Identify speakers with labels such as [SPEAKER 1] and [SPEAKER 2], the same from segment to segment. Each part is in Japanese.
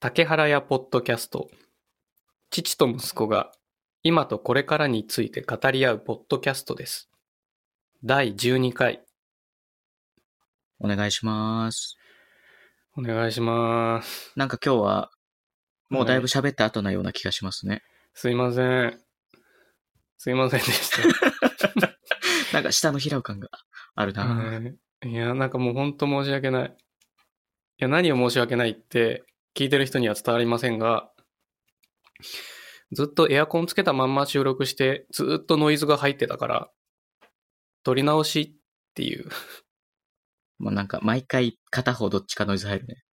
[SPEAKER 1] 竹原屋ポッドキャスト父と息子が今とこれからについて語り合うポッドキャストです第12回
[SPEAKER 2] お願いします。
[SPEAKER 1] お願いします
[SPEAKER 2] なんか今日は、もうだいぶ
[SPEAKER 1] はい
[SPEAKER 2] 喋った後なような気がしますね。
[SPEAKER 1] すいませんすいませんでし
[SPEAKER 2] なんか下の平尾感がある
[SPEAKER 1] た、
[SPEAKER 2] な。
[SPEAKER 1] はいいやなんかもうほんと申し訳ないいや何を申し訳ないって聞いてる人には伝わりませんがずっとエアコンつけたまんま収録してずっとノイズが入ってたから撮り直しっていう
[SPEAKER 2] もうなんか毎回片方どっちかノイズ入るね。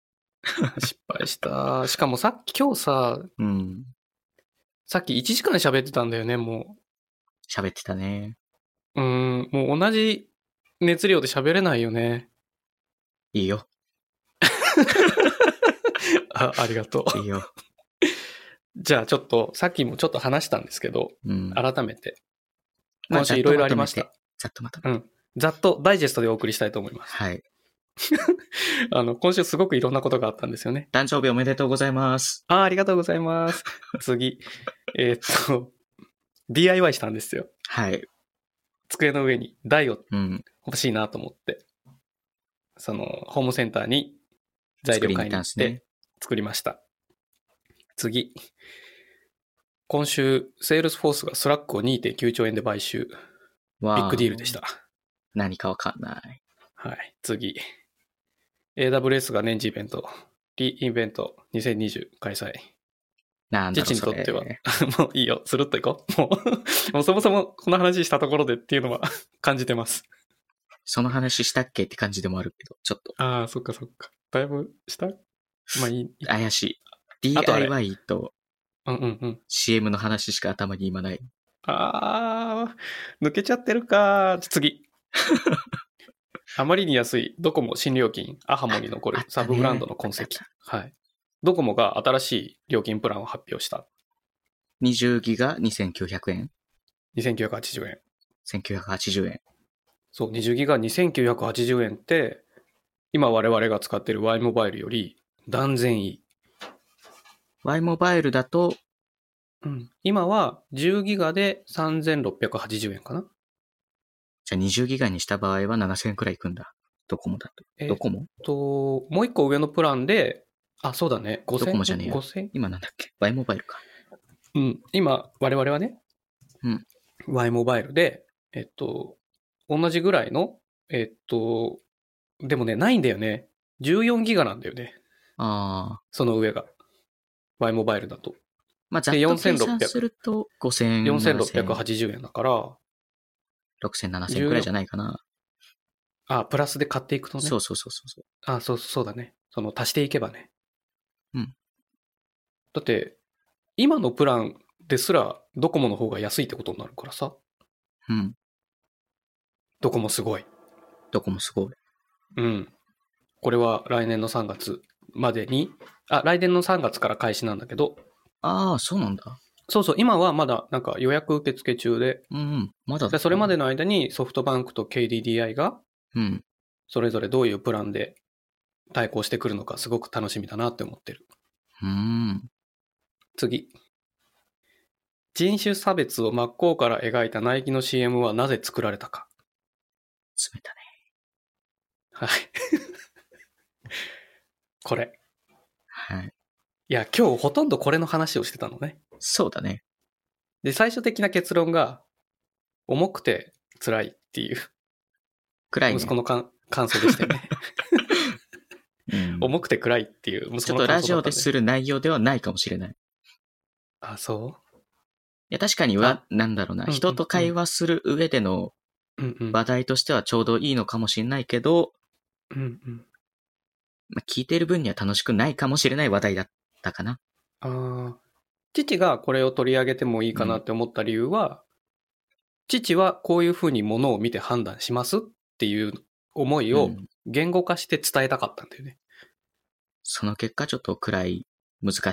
[SPEAKER 1] 失敗した。しかもさっき、今日さ、
[SPEAKER 2] うん。
[SPEAKER 1] さっき1時間喋ってたんだよね、も
[SPEAKER 2] 喋ってたね。
[SPEAKER 1] う。うーん、もう同じ熱量で喋れないよね。
[SPEAKER 2] いいよ。
[SPEAKER 1] あありがとう。
[SPEAKER 2] いいよ。
[SPEAKER 1] じゃあちょっと、さっきもちょっと話したんですけど、
[SPEAKER 2] うん。
[SPEAKER 1] 改めて。
[SPEAKER 2] まあ
[SPEAKER 1] 今週いろいろありました。
[SPEAKER 2] ざっとまとめて。
[SPEAKER 1] ざっとダイジェストでお送りしたいと思います。
[SPEAKER 2] はい。
[SPEAKER 1] あの、今週すごくいろんなことがあったんですよね。
[SPEAKER 2] 誕生日おめでとうございます。
[SPEAKER 1] あーありがとうございます。次。えーっと、DIY したんですよ。
[SPEAKER 2] はい。
[SPEAKER 1] 机の上に台を
[SPEAKER 2] うん。
[SPEAKER 1] 欲しいなと思って、その、ホームセンターに材料買いに行っ
[SPEAKER 2] 作りに行ったんです
[SPEAKER 1] て作りました。次。今週、セールスフォースがスラックを2.9兆円で買収。
[SPEAKER 2] わ
[SPEAKER 1] ビッグディールでし。た。
[SPEAKER 2] 何かわかんない。
[SPEAKER 1] はい。次。AWS が年次イベント、リインベント2020開催。
[SPEAKER 2] なんだろう
[SPEAKER 1] 父にとっては
[SPEAKER 2] それ
[SPEAKER 1] もういいよ。スルッといこう。もう、 もうそもそもこの話したところでっていうのは 感じてます。
[SPEAKER 2] その話したっけって感じでもあるけど、ちょっと
[SPEAKER 1] ああ、そっかそっか。だいぶしたまあいい。
[SPEAKER 2] 怪しい。
[SPEAKER 1] あとあれ
[SPEAKER 2] DIY と
[SPEAKER 1] うんうんうん。
[SPEAKER 2] CM の話しか頭に今ない。
[SPEAKER 1] あー、抜けちゃってるか。次。あまりに安いドコモ新料金、アハモに残
[SPEAKER 2] あ
[SPEAKER 1] る
[SPEAKER 2] った
[SPEAKER 1] サ
[SPEAKER 2] ね
[SPEAKER 1] ブブランドの痕跡。はい。ドコモが新しい料金プランを発表した。
[SPEAKER 2] 20ギガ2900円。
[SPEAKER 1] 2980円。
[SPEAKER 2] 1980円。
[SPEAKER 1] そう、20ギガ2980円って、今我々が使ってる Y モバイルより断然いい。
[SPEAKER 2] Y モバイルだと、
[SPEAKER 1] うん。今は10ギガで3680円かな。
[SPEAKER 2] じゃあ20ギガにした場合は7000円くらいいくんだ。ドコモだ
[SPEAKER 1] え
[SPEAKER 2] と。ドコモ
[SPEAKER 1] えっと、もう一個上のプランで、あ、そうだね。5000
[SPEAKER 2] ドコモじゃねえよ
[SPEAKER 1] 5000
[SPEAKER 2] 今なんだっけ ?Y モバイルか。
[SPEAKER 1] うん、今、我々はね、
[SPEAKER 2] うん、
[SPEAKER 1] Y モバイルで、えっと、同じぐらいの、えっと、でもね、ないんだよね。14ギガなんだよね。
[SPEAKER 2] ああ。
[SPEAKER 1] その上が。Y モバイルだと。
[SPEAKER 2] まあ、ざっと計算すると5000円。4680
[SPEAKER 1] 4680円だから、
[SPEAKER 2] 6000、7000円くらいじゃないかな。
[SPEAKER 1] あ、プラスで買っていくとね。
[SPEAKER 2] そうそうそうそう。
[SPEAKER 1] あ、そう、そうだね。その、足していけばね。
[SPEAKER 2] うん。
[SPEAKER 1] だって、今のプランですら、ドコモの方が安いってことになるからさ。
[SPEAKER 2] うん。
[SPEAKER 1] ドコモすごい。
[SPEAKER 2] ドコモすごい。
[SPEAKER 1] うん。これは来年の3月までに、あ、来年の3月から開始なんだけど、
[SPEAKER 2] ああ、そうなんだ。
[SPEAKER 1] そうそう、今はまだなんか予約受付中で、
[SPEAKER 2] うんうん。まだだ
[SPEAKER 1] でそれまで。の間にソフトバンクと KDDI が
[SPEAKER 2] うん。
[SPEAKER 1] それぞれどういうプランで対抗してくるのかすごく楽しみだなって思ってる。
[SPEAKER 2] うん。
[SPEAKER 1] 次。人種差別を真っ向から描いたナイキの CM はなぜ作られたか。
[SPEAKER 2] 冷たね。
[SPEAKER 1] はい。これ。
[SPEAKER 2] はい。
[SPEAKER 1] いや、今日ほとんどこれの話をしてたのね。
[SPEAKER 2] そうだね。
[SPEAKER 1] で、最終的な結論が、重くて辛いっていう、
[SPEAKER 2] くらいね。
[SPEAKER 1] 息子のかん感想でしたよ ね。
[SPEAKER 2] うん
[SPEAKER 1] 重くて暗いっていう息
[SPEAKER 2] ち
[SPEAKER 1] 子
[SPEAKER 2] ょっ
[SPEAKER 1] の
[SPEAKER 2] とラ
[SPEAKER 1] 感
[SPEAKER 2] ジ
[SPEAKER 1] 想だ
[SPEAKER 2] オ
[SPEAKER 1] ったんで。
[SPEAKER 2] でする内容ではないかもしれない。
[SPEAKER 1] あ、そ
[SPEAKER 2] いや、確かには、なんだろうな、
[SPEAKER 1] うんうんうん
[SPEAKER 2] 人と会話する上での
[SPEAKER 1] ううんうん。
[SPEAKER 2] 話題としてはちょうどいいのかもしれないけど、
[SPEAKER 1] うんうん。
[SPEAKER 2] まあ、聞いてる分には楽しくないかもしれない話題だったかな。
[SPEAKER 1] ああ。父がこれを取り上げてもいいかなって思った理由は、父はこういうふうにものを見て判断しますっていう思いを
[SPEAKER 2] うん
[SPEAKER 1] 言語化して伝えたかったんだよね。
[SPEAKER 2] その結果、ちょっと暗い、難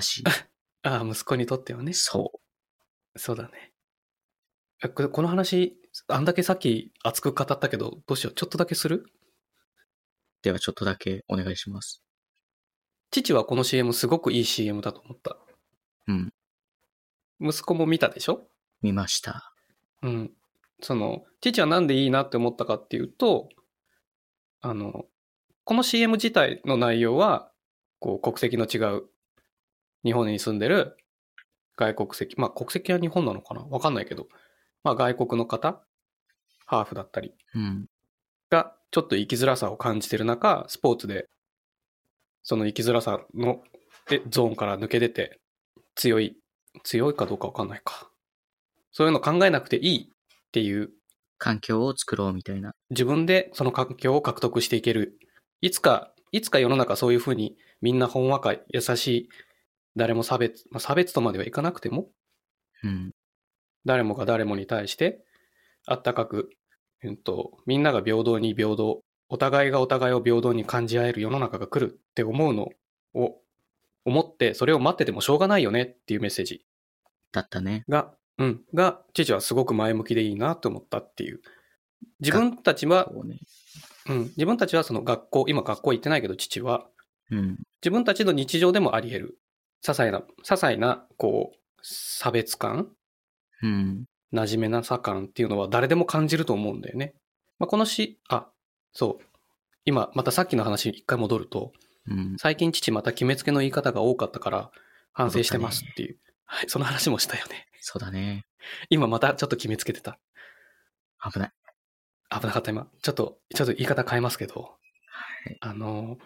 [SPEAKER 2] し
[SPEAKER 1] ああ、息子にとってはね
[SPEAKER 2] い。。そ
[SPEAKER 1] そうだね。えここの話、あんだけさっき熱く語ったけど、どうしよう、ちょっとだけする
[SPEAKER 2] う。では、ちょっとだけお願いします。
[SPEAKER 1] 父はこの CM すごくいい CM だと思った。
[SPEAKER 2] うん。
[SPEAKER 1] 息子も見たでしょ
[SPEAKER 2] 見ました。
[SPEAKER 1] うん。その、父はなんでいいなって思ったかっていうと、あの、この CM 自体の内容は、こう、国籍の違う、日本に住んでる外国籍、まあ国籍は日本なのかなわかんないけど、まあ外国の方、ハーフだったり
[SPEAKER 2] うん。
[SPEAKER 1] が、ちょっと生きづらさを感じてる中、スポーツで、その生きづらさのえゾーンから抜け出て、強い、強いかどうかわかんないか。そういうの考えなくていいっていう
[SPEAKER 2] 環境を作ろうみたいな。
[SPEAKER 1] 自分でその環境を獲得していける。いつか、いつか世の中そういうふうにみんなほんわか優しい、誰も差別、まあ、差別とまではいかなくても、
[SPEAKER 2] うん。
[SPEAKER 1] 誰もが誰もに対して、あったかく、うんと、みんなが平等に平等、お互いがお互いを平等に感じ合える世の中が来るって思うのを、思って、それを待っててもしょうがないよねっていうメッセージ
[SPEAKER 2] だったね。
[SPEAKER 1] が、うん、が、父はすごく前向きでいいなと思ったっていう。自分たちは、
[SPEAKER 2] こうね。
[SPEAKER 1] うん、自分たちはその学校、今学校行ってないけど父は、
[SPEAKER 2] うん。
[SPEAKER 1] 自分たちの日常でもあり得る、些細な、些細な、こう、差別感、
[SPEAKER 2] うん。
[SPEAKER 1] 馴染めなさ感っていうのは誰でも感じると思うんだよね。まあ、この詩、あ、そう。今、またさっきの話に一回戻ると、
[SPEAKER 2] うん。
[SPEAKER 1] 最近父また決めつけの言い方が多かったから、反省してますっていう。はい、その話もしたよね。
[SPEAKER 2] そうだね。
[SPEAKER 1] 今またちょっと決めつけてた。
[SPEAKER 2] 危ない。
[SPEAKER 1] 危なかった今。ちょっと、ちょっと言い方変えますけど、あの、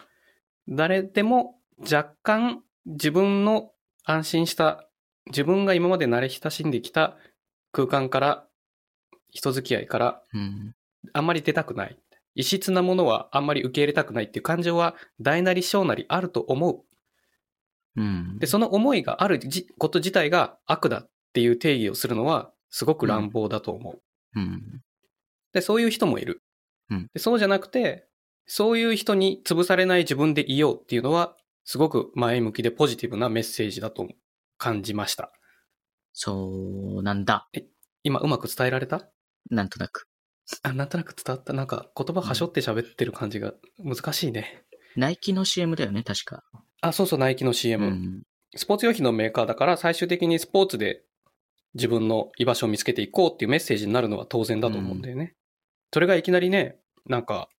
[SPEAKER 1] 誰でも若干自分の安心した、自分が今まで慣れ親しんできた空間から、人付き合いから、
[SPEAKER 2] うん。
[SPEAKER 1] あんまり出たくない。異質なものはあんまり受け入れたくないっていう感情は大なり小なりあると思う。
[SPEAKER 2] うん。
[SPEAKER 1] で、その思いがあるじこと自体が悪だっていう定義をするのはすごく乱暴だと思う。
[SPEAKER 2] うん。
[SPEAKER 1] で、そういう人もいる。
[SPEAKER 2] うん
[SPEAKER 1] でそうじゃなくて、そういう人に潰されない自分でいようっていうのは、すごく前向きでポジティブなメッセージだと感じました。
[SPEAKER 2] そうなんだ。
[SPEAKER 1] 今、うまく伝えられた
[SPEAKER 2] なんとなく。
[SPEAKER 1] あ、なんとなく伝わった。なんか、言葉はしょって喋ってる感じが難しいね。
[SPEAKER 2] ナイキの CM だよね、確か。
[SPEAKER 1] あ、そうそう、ナイキの CM。
[SPEAKER 2] うん。
[SPEAKER 1] スポーツ用品のメーカーだから、最終的にスポーツで自分の居場所を見つけていこうっていうメッセージになるのは当然だと思うんだよね。それがいきなりね、なんか、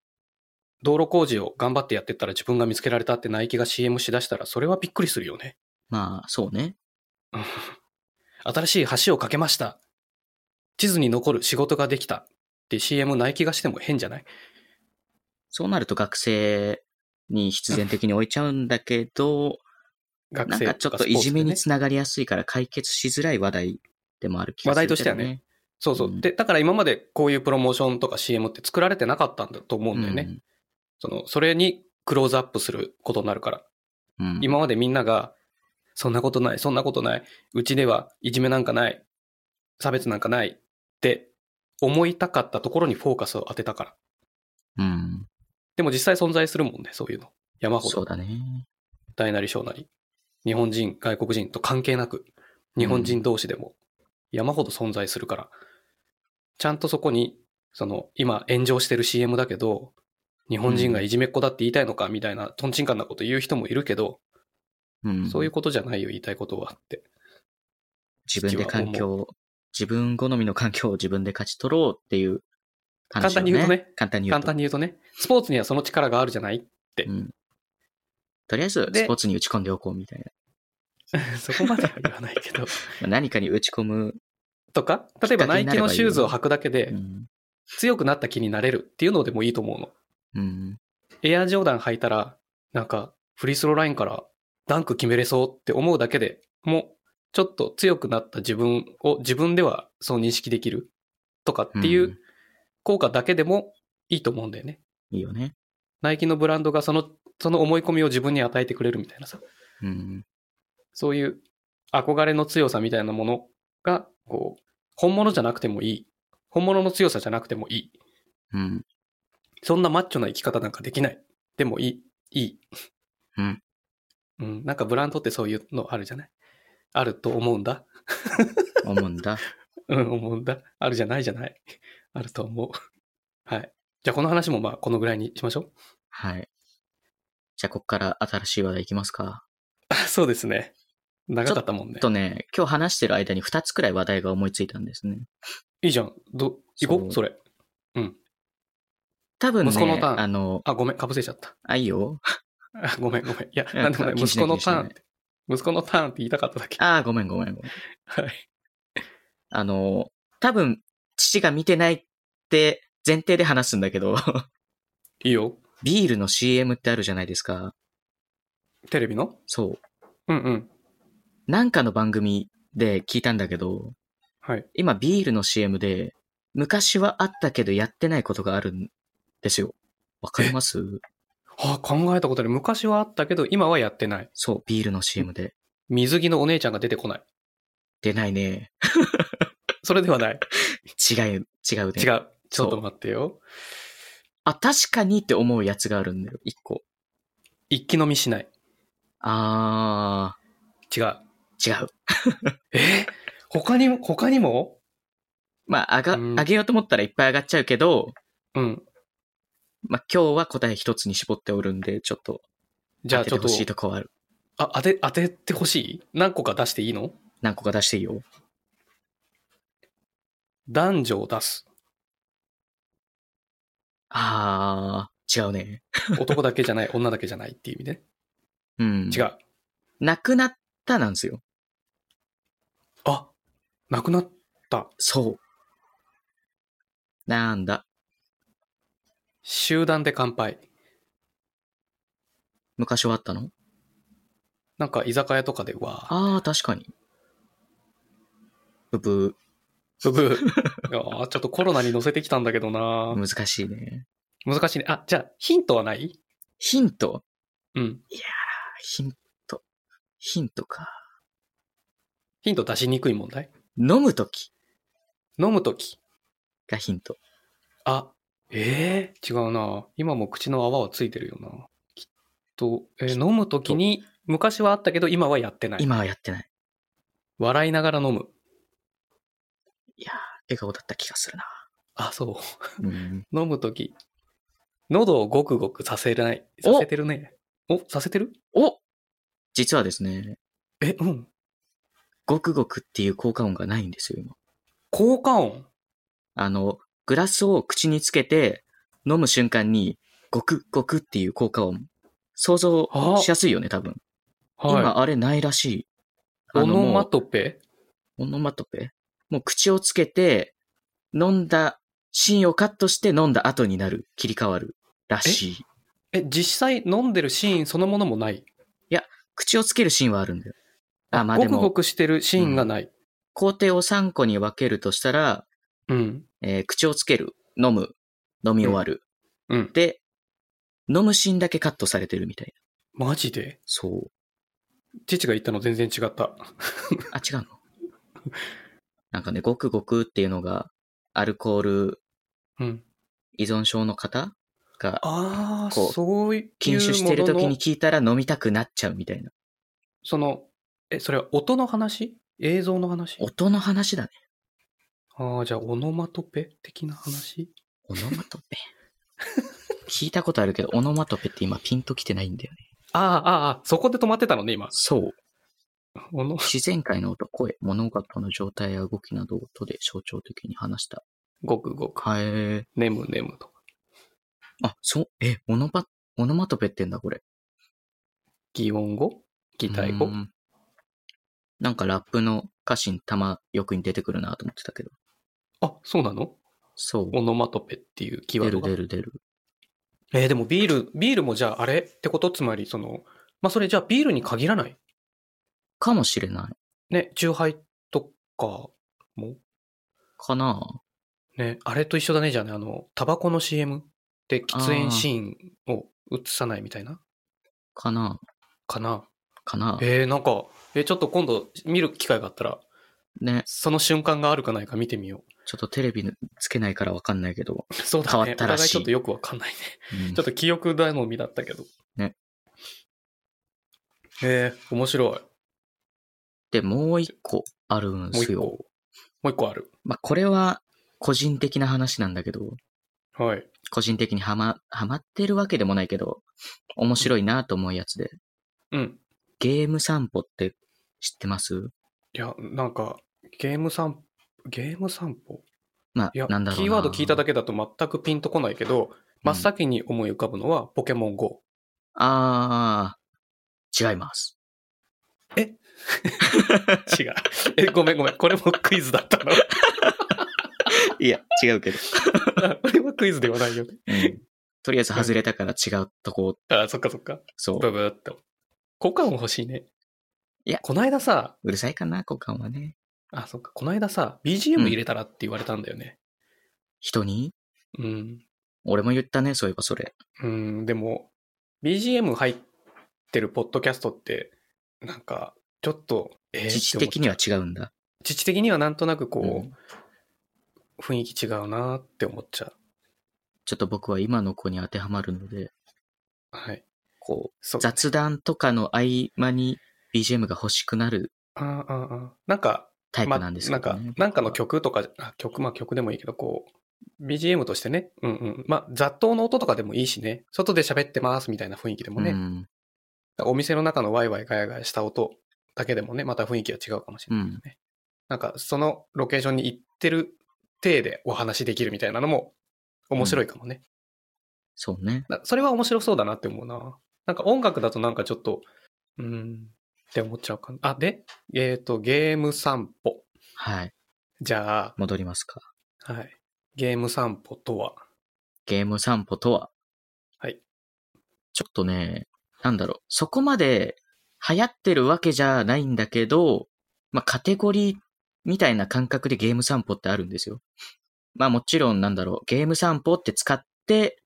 [SPEAKER 1] 道路工事を頑張ってやってったら自分が見つけられたってナイキが CM しだしたら、それはびっくりするよね。
[SPEAKER 2] まあ、そうね。
[SPEAKER 1] 新しい橋を架けました。地図に残る仕事ができた。って CM ナイキがしても変じゃない
[SPEAKER 2] そうなると学生に必然的に置いちゃうんだけど、
[SPEAKER 1] 学
[SPEAKER 2] なん
[SPEAKER 1] 生
[SPEAKER 2] かちょっといじめにつながりやすいから解決しづらい話題でもある気がするけど、
[SPEAKER 1] 話題と
[SPEAKER 2] ね。
[SPEAKER 1] してはね。そうそうう。
[SPEAKER 2] ん
[SPEAKER 1] で、だから今までこういうプロモーションとか CM って作られてなかったんだと思うんだよね。その、それにクローズアップすることになるから。
[SPEAKER 2] うん。うん、
[SPEAKER 1] 今までみんなが、そんなことない、そんなことない、うちではいじめなんかない、差別なんかないって思いたかったところにフォーカスを当てたから。
[SPEAKER 2] うん。
[SPEAKER 1] でも実際存在するもんね、そういうの。山ほ
[SPEAKER 2] そう
[SPEAKER 1] ど、
[SPEAKER 2] だね。
[SPEAKER 1] 大なり小なり。日本人、外国人と関係なく、
[SPEAKER 2] うん
[SPEAKER 1] 日本人同士でも山ほど存在するから。ちゃんとそこに、その、今炎上してる CM だけど、日本人がいじめっ子だって言いたいのかみたいな、とんちんかんなこと言う人もいるけど、
[SPEAKER 2] うん。
[SPEAKER 1] そういうことじゃないよ、言いたいことはって。
[SPEAKER 2] 自分で環
[SPEAKER 1] 父は
[SPEAKER 2] 境を、自分好みの環境を 自分で勝ち取ろうっていう話
[SPEAKER 1] 簡
[SPEAKER 2] を、
[SPEAKER 1] 単に言うとね。
[SPEAKER 2] 簡単に言う
[SPEAKER 1] 簡
[SPEAKER 2] と。
[SPEAKER 1] 単に言うとね、スポーツにはその力があるじゃない
[SPEAKER 2] うん。とりあえず、
[SPEAKER 1] で
[SPEAKER 2] スポーツに打ち込んでおこうみたいな。
[SPEAKER 1] そこまでは言わないけ ど。
[SPEAKER 2] まあ何かに打ち込 む。
[SPEAKER 1] とか、例えば
[SPEAKER 2] きっか
[SPEAKER 1] ナ
[SPEAKER 2] け
[SPEAKER 1] イ
[SPEAKER 2] にな
[SPEAKER 1] キ
[SPEAKER 2] ればいいよ
[SPEAKER 1] のシューズを履くだけ
[SPEAKER 2] う
[SPEAKER 1] で
[SPEAKER 2] ん。
[SPEAKER 1] 強くなった気になれるっていうのでもいいと思うの。
[SPEAKER 2] うん。
[SPEAKER 1] エアジョーダン履いたら、なんかフリースローラインからダンク決めれそうって思うだけでも、ちょっと強くなった自分を自分ではそう認識できるとかってい
[SPEAKER 2] うん
[SPEAKER 1] う効果だけでもいいと思うんだよね。
[SPEAKER 2] いいよね。
[SPEAKER 1] ナイキのブランドがその、その思い込みを自分に与えてくれるみたいなさ、
[SPEAKER 2] うん。
[SPEAKER 1] そういう憧れの強さみたいなものが、こう、本物じゃなくてもいい。本物の強さじゃなくてもいい。
[SPEAKER 2] うん。
[SPEAKER 1] そんなマッチョな生き方なんかできない。でもいい。いい。
[SPEAKER 2] うん。
[SPEAKER 1] うん。なんかブランドってそういうのあるじゃないあると思うんだ。
[SPEAKER 2] 思うんだ。
[SPEAKER 1] うん、思うんだ。あるじゃないじゃない。あると思う。はい。じゃあこの話もまあこのぐらいにしましょう。
[SPEAKER 2] はい。じゃあ、ここから新しい話題いきますか。
[SPEAKER 1] そうですね。長かったもんね
[SPEAKER 2] あ。とね、今日話してる間に2つくらい話題が思いついたんですね。
[SPEAKER 1] いいじゃん。ど、行こ
[SPEAKER 2] そう
[SPEAKER 1] うそれ。
[SPEAKER 2] 多分ね、
[SPEAKER 1] 息子のターン
[SPEAKER 2] あの、
[SPEAKER 1] あ、ごめん、かぶせちゃった。
[SPEAKER 2] あ、いいよ。
[SPEAKER 1] あ ごめん、ごめん。いや、
[SPEAKER 2] いや
[SPEAKER 1] なんでもない。
[SPEAKER 2] 気にし
[SPEAKER 1] 息
[SPEAKER 2] ない
[SPEAKER 1] 子のターンっ。
[SPEAKER 2] 気にして
[SPEAKER 1] 息子のターンって言いたかっただけ。
[SPEAKER 2] ああ、ごめんごめんごめん。
[SPEAKER 1] はい。
[SPEAKER 2] あの、多分、父が見てないって前提で話すん だけど、
[SPEAKER 1] いいよ。
[SPEAKER 2] ビールの CM ってあるじゃないですか。
[SPEAKER 1] テレビの
[SPEAKER 2] そ
[SPEAKER 1] う
[SPEAKER 2] う。
[SPEAKER 1] んうん。
[SPEAKER 2] なんかの番組で聞いたんだけど、
[SPEAKER 1] はい。
[SPEAKER 2] 今ビールの CM で、昔はあったけどやってないことがあるんですよ。わかります
[SPEAKER 1] あ、考えたことある。昔はあったけど、今はやってない。
[SPEAKER 2] そう、ビールの CM で。
[SPEAKER 1] 水着のお姉ちゃんが出てこない。
[SPEAKER 2] 出ないね。
[SPEAKER 1] それでは ない。
[SPEAKER 2] 違う、違うね。
[SPEAKER 1] 違う。ちょっと待ってよ。
[SPEAKER 2] あ、確かにって思うやつがあるんだよ、一個。
[SPEAKER 1] 一気飲みしない。
[SPEAKER 2] あ
[SPEAKER 1] 違う。
[SPEAKER 2] ー、違う。
[SPEAKER 1] え他にも、他にも
[SPEAKER 2] まあ、あが、
[SPEAKER 1] うん
[SPEAKER 2] あげようと思ったらいっぱい上がっちゃうけど、
[SPEAKER 1] うん。
[SPEAKER 2] まあ、今日は答え一つに絞っておるんで、ちょっと、
[SPEAKER 1] じゃあ
[SPEAKER 2] 当て
[SPEAKER 1] ちょ
[SPEAKER 2] て
[SPEAKER 1] っと、
[SPEAKER 2] ほしいとこはある。
[SPEAKER 1] あ、当て、当ててほしい何個か出していいの
[SPEAKER 2] 何個か出していいよ。
[SPEAKER 1] 男女を出す。
[SPEAKER 2] あー、違うね。
[SPEAKER 1] 男だけじゃない、女だけじゃないっていう意味ね。
[SPEAKER 2] うん。
[SPEAKER 1] 違。う。
[SPEAKER 2] なくなったなんですよ。
[SPEAKER 1] あ、なくなっ、
[SPEAKER 2] そう。なんだ。
[SPEAKER 1] 集団で乾杯。
[SPEAKER 2] 昔はあったの
[SPEAKER 1] なんか居酒屋とかでは、
[SPEAKER 2] あー、確かに。ブブ
[SPEAKER 1] ブブー。いやーちょっとコロナに乗せてきたんだけどな
[SPEAKER 2] ー、難しいね。
[SPEAKER 1] 難しいね。あ、じゃあ、ヒントはない
[SPEAKER 2] ヒント
[SPEAKER 1] うん。
[SPEAKER 2] ヒント。ヒントか。
[SPEAKER 1] ヒント出しにくい問題。
[SPEAKER 2] 飲むとき
[SPEAKER 1] 飲むとき。
[SPEAKER 2] がヒント。
[SPEAKER 1] あ、ええ違うな今も口の泡はついてるよなきっと、えー飲むときに、昔はあったけど、今はやってない。
[SPEAKER 2] 今はやってない。
[SPEAKER 1] 笑いながら飲む。
[SPEAKER 2] 笑顔だった気がするな。
[SPEAKER 1] あ、そ
[SPEAKER 2] うん。
[SPEAKER 1] う。飲 むとき。喉をゴクゴクさせない。
[SPEAKER 2] お
[SPEAKER 1] させてるね。お、させてる
[SPEAKER 2] お実はですね、
[SPEAKER 1] え、うん。
[SPEAKER 2] ごくごくっていう効果音がないんですよ、今。
[SPEAKER 1] 効果音。
[SPEAKER 2] あの、グラスを口につけて飲む瞬間に、ごくごくっていう効果音。想像
[SPEAKER 1] あ
[SPEAKER 2] しやすいよね、多分。
[SPEAKER 1] は
[SPEAKER 2] 今、あれないらしい。
[SPEAKER 1] い。
[SPEAKER 2] あ
[SPEAKER 1] オ
[SPEAKER 2] の
[SPEAKER 1] ノ
[SPEAKER 2] も
[SPEAKER 1] マ
[SPEAKER 2] う
[SPEAKER 1] トペ
[SPEAKER 2] オノマトペもう口をつけて、飲んだ、芯をカットして飲んだ後になる、切り替わるらしい。
[SPEAKER 1] え、実際飲んでるシーンそのものもない。
[SPEAKER 2] 口をつけるシーンはあるんだよ。あ、まあ
[SPEAKER 1] ゴ
[SPEAKER 2] で
[SPEAKER 1] クゴ
[SPEAKER 2] も、
[SPEAKER 1] クしてるシーンがない。
[SPEAKER 2] 工程を3個に分けるとしたら、
[SPEAKER 1] うん。
[SPEAKER 2] えー口をつける、飲む、飲み終わる。
[SPEAKER 1] うん。
[SPEAKER 2] で、飲むシーンだけカットされてるみたいな。
[SPEAKER 1] マジで
[SPEAKER 2] そう。
[SPEAKER 1] 父が言ったの全然違った。
[SPEAKER 2] あ、違うの なんかね、ごくごくっていうのが、アルコール
[SPEAKER 1] うん。
[SPEAKER 2] 依存症の方が
[SPEAKER 1] ああ、
[SPEAKER 2] こう
[SPEAKER 1] そういうものの。
[SPEAKER 2] 禁酒してる時に聞いたら飲みたくなっちゃうみたいな。
[SPEAKER 1] その、え、それは音の話映像の話
[SPEAKER 2] 音の 話だね。
[SPEAKER 1] ああ、じゃあ、オノマトペ的な話
[SPEAKER 2] オノマトペ。聞いたことあるけど、オノマトペって今ピンときてないんだよね。
[SPEAKER 1] ああ、ああああ、そこで止まってたのね、今。
[SPEAKER 2] そう。
[SPEAKER 1] オノ、
[SPEAKER 2] 自然界の音、声、物事の状態や動きなどを音で象徴的に話した。
[SPEAKER 1] ごくごく、
[SPEAKER 2] かえ
[SPEAKER 1] ねむねむとか、
[SPEAKER 2] あ、そう、え、オノパ、オノマトペってんだ、これ。
[SPEAKER 1] 擬音語擬態
[SPEAKER 2] う
[SPEAKER 1] 語
[SPEAKER 2] んなんかラップの歌詞にたま、よくに出てくるなと思ってたけど。
[SPEAKER 1] あ、そうなの
[SPEAKER 2] そう。
[SPEAKER 1] オノマトペっていうキーワ
[SPEAKER 2] 出
[SPEAKER 1] ード
[SPEAKER 2] る
[SPEAKER 1] が
[SPEAKER 2] 出。る出る。
[SPEAKER 1] えーでもビール、ビールもじゃあ、あれってことつまり、その、まあ、それじゃあビールに限らない
[SPEAKER 2] かもしれない。
[SPEAKER 1] ね、チューハイとかも
[SPEAKER 2] かな
[SPEAKER 1] ね、あれと一緒だね、じゃあね、あの、タバコの CM で喫煙シーンを映さないみたいな
[SPEAKER 2] かな
[SPEAKER 1] かな。
[SPEAKER 2] かな
[SPEAKER 1] えー、なんか、えーちょっと今度見る機会があったら、
[SPEAKER 2] ね。
[SPEAKER 1] その瞬間があるかないか見てみよ
[SPEAKER 2] ちょっとテレビつけないからわかんないけど。
[SPEAKER 1] う。 そうだね。
[SPEAKER 2] 変わったらしい
[SPEAKER 1] お互いちょっとよくわかん ないね。
[SPEAKER 2] うん
[SPEAKER 1] ちょっと記憶頼みだったけど。
[SPEAKER 2] ね。
[SPEAKER 1] えー、面白い。
[SPEAKER 2] で、もう一個あるん
[SPEAKER 1] もう
[SPEAKER 2] す
[SPEAKER 1] 一個。
[SPEAKER 2] よ。
[SPEAKER 1] もう一個ある。
[SPEAKER 2] まあ、これは個人的な話なんだけど、
[SPEAKER 1] はい。
[SPEAKER 2] 個人的にはま、はまってるわけでもないけど、面白いなと思うやつで。
[SPEAKER 1] うん。
[SPEAKER 2] ゲーム散歩って知ってます
[SPEAKER 1] いや、なんか、ゲーム散歩、ゲーム散歩
[SPEAKER 2] ま
[SPEAKER 1] いや
[SPEAKER 2] あ、なんだろうな。
[SPEAKER 1] キーワード聞いただ
[SPEAKER 2] け。
[SPEAKER 1] けだと全くピンとこないけど、真っ先に思い浮かぶのはポケモン GO。
[SPEAKER 2] あー、違います。
[SPEAKER 1] 違う。え、ごめんごめん。これもクイズだったの。
[SPEAKER 2] いや、違うけど。
[SPEAKER 1] これはクイズではないよね。
[SPEAKER 2] うんとりあえず外れたから違うとこ、
[SPEAKER 1] あそっかそっか。
[SPEAKER 2] そう。
[SPEAKER 1] ブブーっと。効果音欲しいね。
[SPEAKER 2] いや
[SPEAKER 1] こないださ、
[SPEAKER 2] うるさいかな、股間はね。
[SPEAKER 1] あ、そっか。こないださ、BGM 入れたらって言われたんだよね。
[SPEAKER 2] 人に
[SPEAKER 1] うん。
[SPEAKER 2] 俺も言ったね、そういえばそれ。
[SPEAKER 1] うん、でも、BGM 入ってるポッドキャストって、なんか、ちょっと、えー
[SPEAKER 2] 自治的には。
[SPEAKER 1] って思っちゃ
[SPEAKER 2] 違うんだ。
[SPEAKER 1] う自治的にはなんとなくこう、
[SPEAKER 2] うん
[SPEAKER 1] 雰囲気違うなって思っちゃう。
[SPEAKER 2] ちょっと僕は今の子に当てはまるので、
[SPEAKER 1] はい。
[SPEAKER 2] こ
[SPEAKER 1] そう
[SPEAKER 2] う、。雑談とかの合間に BGM が欲しくなる
[SPEAKER 1] あーあーあーなんか、
[SPEAKER 2] タイ
[SPEAKER 1] ま
[SPEAKER 2] プなんですけど、ね
[SPEAKER 1] なんか、なんかの。曲とか、あ曲、まあ曲でもいいけど、こう、BGM としてね、うんうん。まあ、雑踏の音とかでもいいしね、外で喋ってますみたいな雰囲気でも
[SPEAKER 2] 僕は
[SPEAKER 1] ね、
[SPEAKER 2] うん。
[SPEAKER 1] お店の中のワイワイガヤガヤした音だけでもね、また雰囲気が違うかもしれないけどね。なんか、そのロケーションに行ってる体でお話できるみたいなのも面白いかもね。
[SPEAKER 2] そうね。
[SPEAKER 1] なそれは面白そうだなって思うな。なんか音楽だとなんかちょっと、うーん、って思っちゃうかな。あ、で、えっ、と、ゲーム散歩。
[SPEAKER 2] はい。
[SPEAKER 1] じゃあ、
[SPEAKER 2] 戻りますか。
[SPEAKER 1] はい。ゲーム散歩とは。
[SPEAKER 2] ゲーム散歩とは
[SPEAKER 1] はい。
[SPEAKER 2] ちょっとね、なんだろう、そこまで流行ってるわけじゃないんだけど、まあ、カテゴリーみたいな感覚でゲーム散歩ってあるんですよ。まあもちろんなんだろう、ゲーム散歩って使って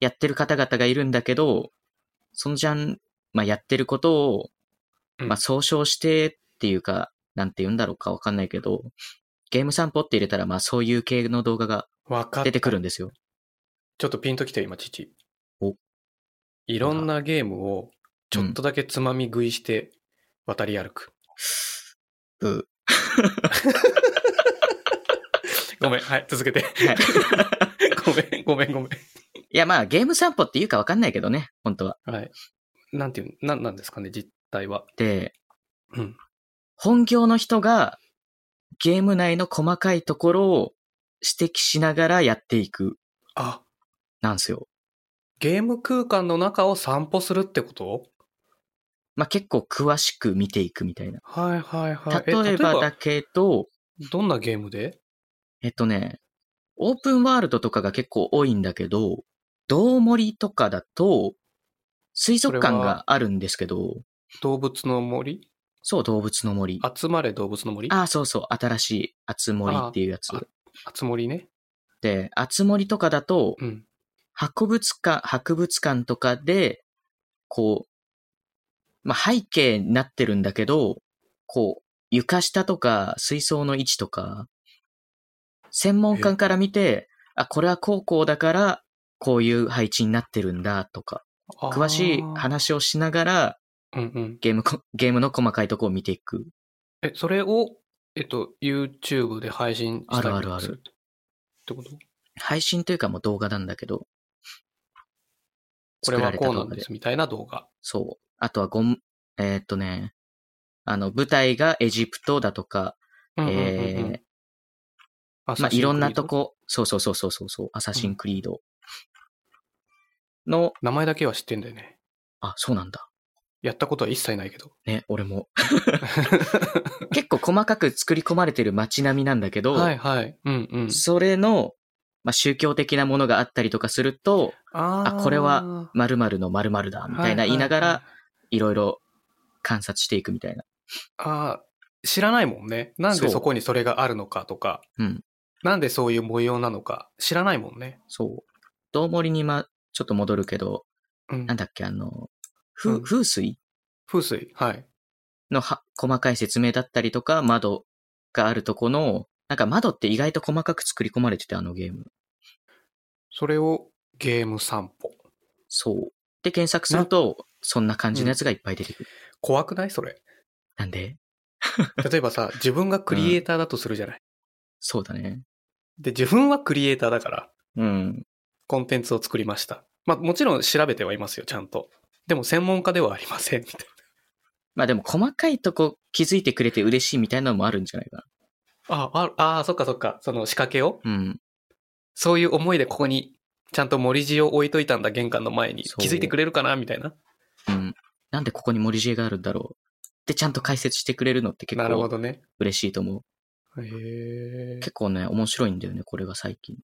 [SPEAKER 2] やってる方々がいるんだけど、そのジャン、まあやってることを、
[SPEAKER 1] うん
[SPEAKER 2] まあ総称してっていうか、なんて言うんだろうかわかんないけど、ゲーム散歩って入れたらまあそういう系の動画が
[SPEAKER 1] わかっ
[SPEAKER 2] 出てくるんですよ。
[SPEAKER 1] ちょっとピンときて今、父。
[SPEAKER 2] お
[SPEAKER 1] いろんなゲームを、ちょっとだけつまみ食いして渡り歩く。
[SPEAKER 2] うん。
[SPEAKER 1] ごめん、はい、続けて。
[SPEAKER 2] はい
[SPEAKER 1] ごめん、ごめん、ごめ
[SPEAKER 2] いや、まあ、ゲーム散歩っていうかわかんないけどね、本当は。
[SPEAKER 1] ん。はい。なんていう、なんなんですかね、実態は。
[SPEAKER 2] で、
[SPEAKER 1] うん。
[SPEAKER 2] 本業の人が、ゲーム内の細かいところを指摘しながらやっていく、
[SPEAKER 1] あ、
[SPEAKER 2] なんですよ。
[SPEAKER 1] ゲーム空間の中を散歩するってこと
[SPEAKER 2] まあ、結構詳しく見ていくみたいな。
[SPEAKER 1] はいはいはい。
[SPEAKER 2] 例えばだ
[SPEAKER 1] だ
[SPEAKER 2] けど、
[SPEAKER 1] どんなゲームで
[SPEAKER 2] えっとね、オープンワールドとかが結構多いんだけど、道森とかだと、水族館があるんですけど、
[SPEAKER 1] 動物の森
[SPEAKER 2] そう、動物の森。あ
[SPEAKER 1] 集まれ動物の森
[SPEAKER 2] あ、そうそう、新しい、あつ森っていうやつ
[SPEAKER 1] あ。集森ね。
[SPEAKER 2] で、あつ森とかだと、
[SPEAKER 1] うん。
[SPEAKER 2] 博物館、博物館とかで、こう、まあ、背景になってるんだけど、こう、床下とか水槽の位置とか、専門家から見て、あ、これは高校だから、こういう配置になってるんだとか、
[SPEAKER 1] あー
[SPEAKER 2] 詳しい話をしながら、
[SPEAKER 1] うんうん。
[SPEAKER 2] ゲームこ、ゲームの細かいとこを見ていく。
[SPEAKER 1] え、それを、えっと、YouTube で配信したりとか
[SPEAKER 2] あるあるある
[SPEAKER 1] すってこと
[SPEAKER 2] 配信というかもう動画なんだけど。
[SPEAKER 1] これはこうな
[SPEAKER 2] 作られた動
[SPEAKER 1] ん
[SPEAKER 2] 画
[SPEAKER 1] ですみたいな動画。
[SPEAKER 2] そう。あとはゴン、えーっとね、あの、舞台がエジプトだとか、
[SPEAKER 1] うんうんうんうん
[SPEAKER 2] え
[SPEAKER 1] ア
[SPEAKER 2] ー、ま
[SPEAKER 1] サ
[SPEAKER 2] あ、
[SPEAKER 1] シン
[SPEAKER 2] いろんな
[SPEAKER 1] クリード
[SPEAKER 2] とこ、そうそうそうそうそうそう、アサシンクリードの、
[SPEAKER 1] 名前だけは知ってんだよね。
[SPEAKER 2] あ、そうなんだ。
[SPEAKER 1] やったことは一切ないけど。
[SPEAKER 2] ね、俺も。結構細かく作り込まれてる街並みなんだけど、
[SPEAKER 1] はいはい。うんうん。
[SPEAKER 2] それの、まあ、宗教的なものがあったりとかすると、
[SPEAKER 1] あー
[SPEAKER 2] あこれは、〇〇の〇〇だ、みたいな言いなが
[SPEAKER 1] はは
[SPEAKER 2] ら、
[SPEAKER 1] はい
[SPEAKER 2] ろいろ観察していくみたいな。
[SPEAKER 1] あー知らないもんね。なん
[SPEAKER 2] そ
[SPEAKER 1] で
[SPEAKER 2] う
[SPEAKER 1] そこにそれがあるのかとか、
[SPEAKER 2] うん。
[SPEAKER 1] なんでそういう模様なのか、知らないもんね。
[SPEAKER 2] そう。道森にま、ちょっと戻るけど、
[SPEAKER 1] うん
[SPEAKER 2] なんだっけ、あの、ふ
[SPEAKER 1] うん
[SPEAKER 2] 風水
[SPEAKER 1] 風水。はい。
[SPEAKER 2] のは細かい説明だったりとか、窓があるとこの、なんか窓って意外と細かく作り込まれてて、あのゲーム。
[SPEAKER 1] それをゲーム散歩。
[SPEAKER 2] そう。で、検索すると、そんな感じのやつがいっぱい出てくる。
[SPEAKER 1] 怖くないそれ。
[SPEAKER 2] なんで
[SPEAKER 1] 例えば さ、自分がクリエイターだとするじゃない。
[SPEAKER 2] そうだね。
[SPEAKER 1] で、自分はクリエイターだから、
[SPEAKER 2] うん。
[SPEAKER 1] コンテンツを作りました。まあもちろん調べてはいますよ、ちゃんと。でも専門家ではありません、みたいな。
[SPEAKER 2] まあでも細かいとこ気づいてくれて嬉しいみたいなのもあるんじゃないか
[SPEAKER 1] ああ、ああ、そっかそっか。その仕掛けを、
[SPEAKER 2] な。うん。
[SPEAKER 1] そういう思いでここに、ちゃんと森地を置いといたんだ、玄関の前に。
[SPEAKER 2] そう
[SPEAKER 1] 気づいてくれるかな、みたいな。
[SPEAKER 2] うん。なんでここに森知恵があるんだろう。で、ちゃんと解説してくれるのって結
[SPEAKER 1] なるほ
[SPEAKER 2] 構
[SPEAKER 1] どね。
[SPEAKER 2] 嬉しいと思う。
[SPEAKER 1] へえ。
[SPEAKER 2] 結構ね、面白いんだよね、これが最近。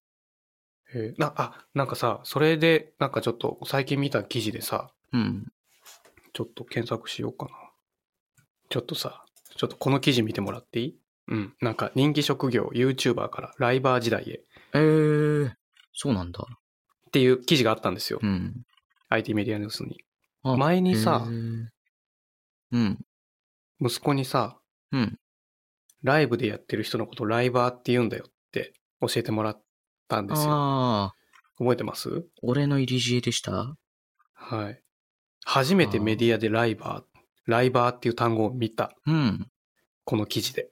[SPEAKER 1] へーな、あ、なんかさ、それで、なんかちょっと最近見た記事でさ、
[SPEAKER 2] うん。
[SPEAKER 1] ちょっと検索しようかな。ちょっとさ、ちょっとこの記事見てもらっていいうん。なんか人気職業 YouTuber からライバー時代へっ
[SPEAKER 2] えー、そうなんだ。
[SPEAKER 1] ていう記事があったんですよ。
[SPEAKER 2] うん。
[SPEAKER 1] IT メディアニュースに。
[SPEAKER 2] あ
[SPEAKER 1] 前にさ
[SPEAKER 2] へーうん。
[SPEAKER 1] 息子にさ、
[SPEAKER 2] うん。
[SPEAKER 1] ライブでやってる人のことをライバーって言うんだよって教えてもらったんですよ。
[SPEAKER 2] ああ、
[SPEAKER 1] 覚えてます
[SPEAKER 2] 俺の入り知恵でした
[SPEAKER 1] はい。初めてメディアでライバー、ライバーっていう単語を見た。
[SPEAKER 2] うん。
[SPEAKER 1] この記事で。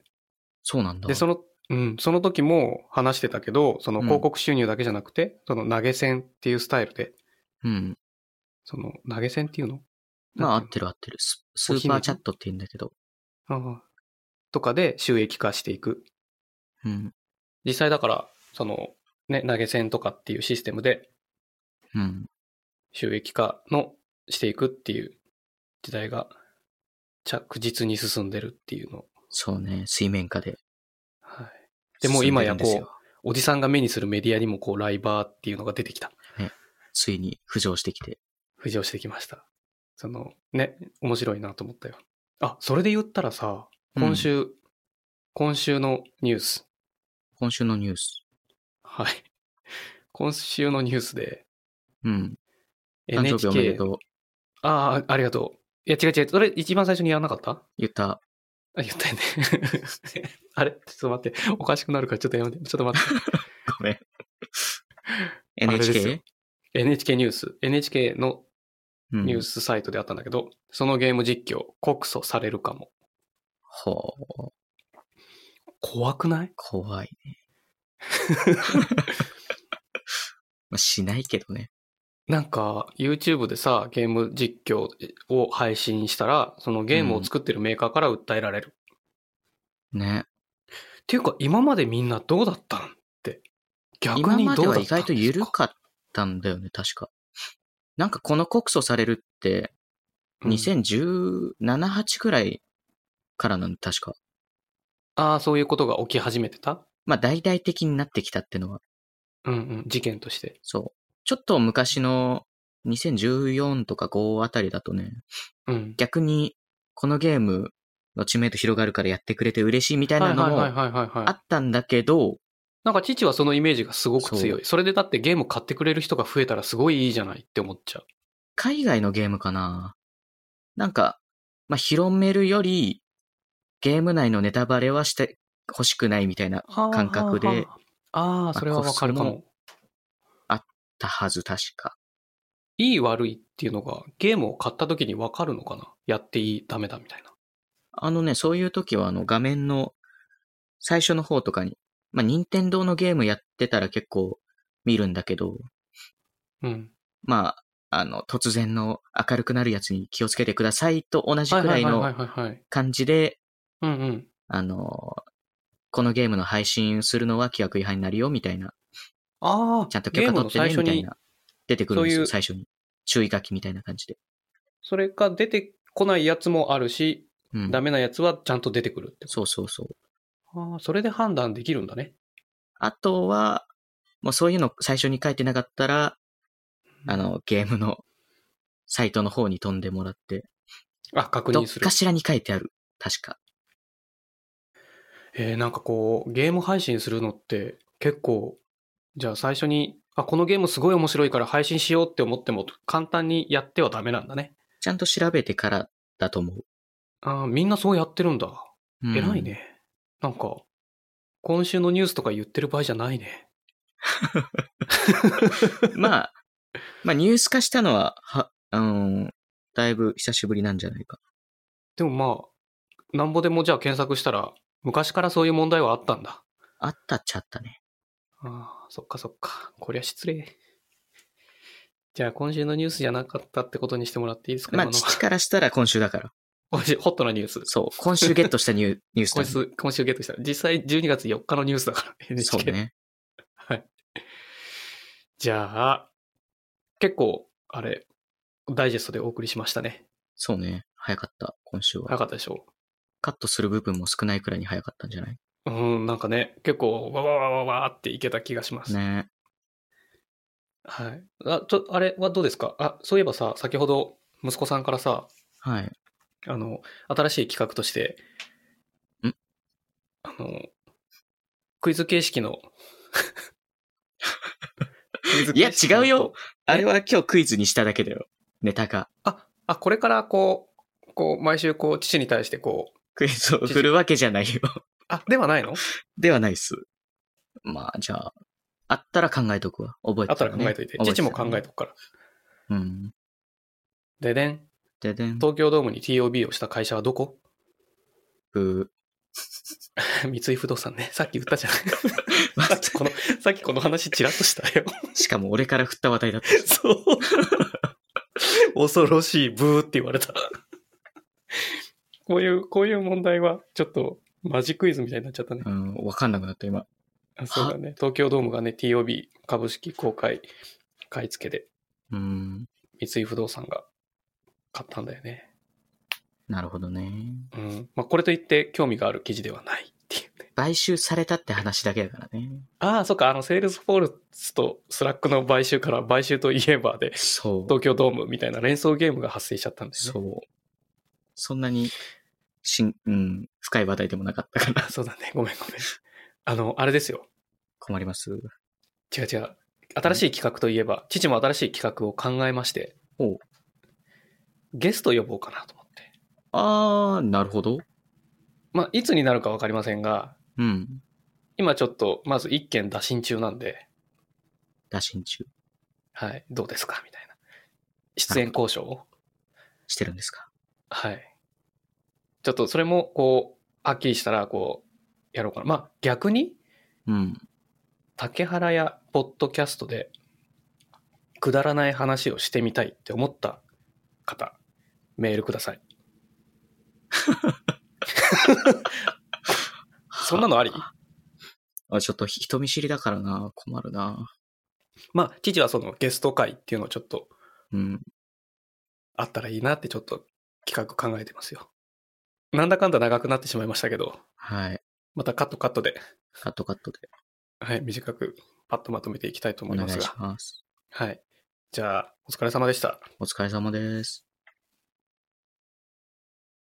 [SPEAKER 2] そうなんだ。
[SPEAKER 1] で、その、うん、その時も話してたけど、その
[SPEAKER 2] うん
[SPEAKER 1] 広告収入だけじゃなくて、その投げ銭っていうスタイルで、
[SPEAKER 2] うん。
[SPEAKER 1] その投げ銭っていうの
[SPEAKER 2] まあ、合
[SPEAKER 1] な
[SPEAKER 2] っ
[SPEAKER 1] んて
[SPEAKER 2] てる合ってる。ススーパーチャットって言うんだけど。
[SPEAKER 1] いうのああとかで収益化していく。
[SPEAKER 2] うん。
[SPEAKER 1] 実際だから、その、ね、投げ銭とかっていうシステムで
[SPEAKER 2] うん。
[SPEAKER 1] 収益化のしていくっていう時代が着実に進んでるっていうの。
[SPEAKER 2] そうね、水面下で。
[SPEAKER 1] はい。でもう今やこう
[SPEAKER 2] 進んでるんですよ
[SPEAKER 1] おじさんが目にするメディアにもこうライバーっていうのが出てきた。
[SPEAKER 2] ついに浮上してきて。
[SPEAKER 1] 浮上してきました。その、ね、面白いなと思ったよ。あ、それで言ったらさ、今
[SPEAKER 2] うん、
[SPEAKER 1] 週、今週のニュース。
[SPEAKER 2] 今週のニュース。
[SPEAKER 1] はい。今週のニュースで、
[SPEAKER 2] うん。誕生日おめで
[SPEAKER 1] NHK
[SPEAKER 2] と。う。
[SPEAKER 1] ああ、ありがとう。いや、違う違う。それ一番最初にやらなかった
[SPEAKER 2] 言った。
[SPEAKER 1] あ、言ったよね。 あれちょっと待って。おかしくなるからちょっとやめて。ちょっと待って。
[SPEAKER 2] ごめん。
[SPEAKER 1] あれですよ
[SPEAKER 2] NHK?
[SPEAKER 1] NHK ニュース。NHK の
[SPEAKER 2] うん
[SPEAKER 1] ニュー。スサイトであったんだけど、そのゲーム実況、告訴されるかも。
[SPEAKER 2] ほう。
[SPEAKER 1] 怖くない
[SPEAKER 2] 怖い ね。まあ、しないけどね。
[SPEAKER 1] なんか、YouTube でさ、ゲーム実況を配信したら、そのゲームを作ってるメーカーから訴えられる。
[SPEAKER 2] ね。
[SPEAKER 1] っていうか、今までみんなどうだったんって。逆
[SPEAKER 2] 今
[SPEAKER 1] に
[SPEAKER 2] ま
[SPEAKER 1] ど
[SPEAKER 2] で
[SPEAKER 1] うだったんです
[SPEAKER 2] は意
[SPEAKER 1] か
[SPEAKER 2] 外と緩かったんだよね、確か。なんかこの告訴されるって、
[SPEAKER 1] うん
[SPEAKER 2] 2017、8くらいからなんだ確か。
[SPEAKER 1] ああ、そういうことが起き始めてた
[SPEAKER 2] まあ、大々的になってきたってのは、
[SPEAKER 1] うんうん、事件として。
[SPEAKER 2] そう。ちょっと昔の2014とか5あたりだとね、
[SPEAKER 1] うん。
[SPEAKER 2] 逆にこのゲームの知名度広がるからやってくれて嬉しいみたい
[SPEAKER 1] は
[SPEAKER 2] ないの
[SPEAKER 1] はい
[SPEAKER 2] も
[SPEAKER 1] はいはいはい、
[SPEAKER 2] あ
[SPEAKER 1] はい。
[SPEAKER 2] ったんだけど、
[SPEAKER 1] なんか父はそのイメージがすごく強
[SPEAKER 2] そ
[SPEAKER 1] い。それでだってゲーム買ってくれる人が増えたらすごいいいじゃないって思っちゃう。
[SPEAKER 2] 海外のゲームかななんか、まあ、広めるより、ゲーム内のネタバレはして欲しくないみたいな、感覚で。
[SPEAKER 1] ああ、それはわかるか
[SPEAKER 2] まあ
[SPEAKER 1] も。
[SPEAKER 2] たはず、確か。
[SPEAKER 1] いい悪いっていうのが、ゲームを買った時にわかるのかなやっていい、ダメだみたいな。
[SPEAKER 2] あのね、そういう時は、あの、画面の最初の方とかに、まあ、任天堂のゲームやってたら結構見るんだけど、
[SPEAKER 1] うん。
[SPEAKER 2] まあ、あの、突然の明るくなるやつに気をつけてくださいと同じくらい
[SPEAKER 1] はい
[SPEAKER 2] の
[SPEAKER 1] はいはいはいはい。
[SPEAKER 2] 感じで、
[SPEAKER 1] うんうん。
[SPEAKER 2] あの、このゲームの配信するのは規約違反になるよみたいな
[SPEAKER 1] ああ、
[SPEAKER 2] ちゃんと許可取ってね、
[SPEAKER 1] ゲームの最
[SPEAKER 2] みた
[SPEAKER 1] 初
[SPEAKER 2] い
[SPEAKER 1] に
[SPEAKER 2] な。出てくるんです
[SPEAKER 1] そうい
[SPEAKER 2] よ、
[SPEAKER 1] う
[SPEAKER 2] 最初に。注意書きみたいな感じで。
[SPEAKER 1] それが出てこないやつもあるし、
[SPEAKER 2] うん。
[SPEAKER 1] ダメなやつはちゃんと出てくるってこ
[SPEAKER 2] そうそうそう。
[SPEAKER 1] と。ああ、それで判断できるんだね。
[SPEAKER 2] あとは、もうそういうの最初に書いてなかったら、あの、ゲームのサイトの方に飛んでもらって、
[SPEAKER 1] あ、確
[SPEAKER 2] どっ
[SPEAKER 1] 認する
[SPEAKER 2] か。しらに書いてある。確か。
[SPEAKER 1] えー、なんかこう、ゲーム配信するのって結構、じゃあ最初に、あ、このゲームすごい面白いから配信しようって思っても簡単にやってはダメなんだね。
[SPEAKER 2] ちゃんと調べてからだと思う。
[SPEAKER 1] ああ、みんなそうやってるんだ。
[SPEAKER 2] うん
[SPEAKER 1] 偉い。ね。なんか、今週のニュースとか言ってる場合じゃないね。
[SPEAKER 2] まあ、まあ、ニュース化したのは、は、あの、だいぶ久しぶりなんじゃないか。
[SPEAKER 1] でもまあ、なんぼでもじゃあ検索したら、昔からそういう問題はあったんだ。
[SPEAKER 2] あったっちゃあったね。
[SPEAKER 1] あそっかそっか。こりゃ失礼。じゃあ今週のニュースじゃなかったってことにしてもらっていいですか、
[SPEAKER 2] まあ、
[SPEAKER 1] 今のは
[SPEAKER 2] 父からしたら今週だから。
[SPEAKER 1] 今週ホットなニュース。
[SPEAKER 2] そう。今週ゲットしたニューニュースだ
[SPEAKER 1] 今
[SPEAKER 2] ね
[SPEAKER 1] 週、今週ゲットした。実際12月4日のニュースだから、
[SPEAKER 2] そう
[SPEAKER 1] NHK。
[SPEAKER 2] ね。
[SPEAKER 1] はい。じゃあ、結構、あれ、ダイジェストでお送りしましたね。
[SPEAKER 2] そうね。早かった。今週
[SPEAKER 1] 早
[SPEAKER 2] は。
[SPEAKER 1] かったでしょ。
[SPEAKER 2] カットする部分も少ないくらいに早かったんじゃないう
[SPEAKER 1] うん、なんかね、結構、わわわわわーっていけた気がします。
[SPEAKER 2] ね。
[SPEAKER 1] はい。あ、ちょ、あれはどうですかあ、そういえばさ、先ほど、息子さんからさ、
[SPEAKER 2] はい。
[SPEAKER 1] あの、新しい企画として、
[SPEAKER 2] ん
[SPEAKER 1] あの、クイズ形式 の、クイズ
[SPEAKER 2] いや、
[SPEAKER 1] 形式の
[SPEAKER 2] 違うよ。あれは今日クイズにしただけだよ。ネタが。
[SPEAKER 1] あ、あ、これからこう、こう、毎週こう、父に対してこう、
[SPEAKER 2] クイズ を振るわけじゃないよ。
[SPEAKER 1] あ、ではないの
[SPEAKER 2] ではないっす。まあ、じゃあ、あったら考えとくわ。覚え
[SPEAKER 1] あ
[SPEAKER 2] て
[SPEAKER 1] った
[SPEAKER 2] た
[SPEAKER 1] ら
[SPEAKER 2] ら
[SPEAKER 1] 考
[SPEAKER 2] ね、
[SPEAKER 1] えといて。
[SPEAKER 2] 覚
[SPEAKER 1] 父も
[SPEAKER 2] たら
[SPEAKER 1] 考
[SPEAKER 2] ね
[SPEAKER 1] えとくから。
[SPEAKER 2] うん。
[SPEAKER 1] ででん、
[SPEAKER 2] ででん、トッ
[SPEAKER 1] 東京ドームに TOB をした会社はどこ
[SPEAKER 2] プ。
[SPEAKER 1] 三井不動産ね。さっき言った じゃん。さっきこの、さっきこの話ちらっとしたよ。
[SPEAKER 2] しかも俺から振った話題だったし。
[SPEAKER 1] そう。 恐ろしい、ブーって言われた。こういう、こういう問題は、ちょっと、マジクイズみたいになっちゃったね。
[SPEAKER 2] うん、わかんなくなった今。
[SPEAKER 1] あそうだね。東京ドームがね、TOB 株式公開買い付けで、
[SPEAKER 2] うん、
[SPEAKER 1] 三井不動産が買ったんだよね。
[SPEAKER 2] なるほどね。
[SPEAKER 1] うん。まあ、これといって、興味がある記事ではないっていうね。
[SPEAKER 2] 買収されたって話だけだからね。
[SPEAKER 1] ああ、そっか、あの、セールスフォールスとスラックの買収から、買収といえばで、
[SPEAKER 2] そう。
[SPEAKER 1] 東京ドームみたいな連想ゲームが発生しちゃったんだよね。
[SPEAKER 2] そう。そんなに、しん、うん、深い話題でもなか ったから
[SPEAKER 1] そうだね。ごめんごめん。あの、あれですよ。
[SPEAKER 2] 困ります。
[SPEAKER 1] 違う違う。新しい企画といえば、父も新しい企画を考えまして
[SPEAKER 2] おう、
[SPEAKER 1] ゲスト呼ぼうかなと思って。
[SPEAKER 2] あー、なるほど。
[SPEAKER 1] まあ、いつになるかわかりませんが、
[SPEAKER 2] うん。
[SPEAKER 1] 今ちょっと、まず一件打診中なんで、
[SPEAKER 2] 打診中
[SPEAKER 1] はい、どうですかみたいな。出演交渉を。
[SPEAKER 2] してるんですか。
[SPEAKER 1] はい。ちょっとそれも、こう、はっきりしたら、こう、やろうかな。まあ、逆に、
[SPEAKER 2] うん。
[SPEAKER 1] 竹原やポッドキャストで、くだらない話をしてみたいって思った方、メールください。そんなのあり
[SPEAKER 2] あ、ちょっと人見知りだからな。困るな。
[SPEAKER 1] まあ、父はそのゲスト会っていうのをちょっと
[SPEAKER 2] うん。
[SPEAKER 1] あったらいいなってちょっと企画考えてますよ。なんだかんだ長くなってしまいましたけど、
[SPEAKER 2] はい。
[SPEAKER 1] またカットカットで、
[SPEAKER 2] カットカットで
[SPEAKER 1] はい、短くパッとまとめていきたいと
[SPEAKER 2] お
[SPEAKER 1] 思い
[SPEAKER 2] 願
[SPEAKER 1] ま
[SPEAKER 2] い
[SPEAKER 1] す
[SPEAKER 2] し
[SPEAKER 1] が。
[SPEAKER 2] ます。
[SPEAKER 1] はい。じゃあ、お疲れ様でした。
[SPEAKER 2] お疲れ様です。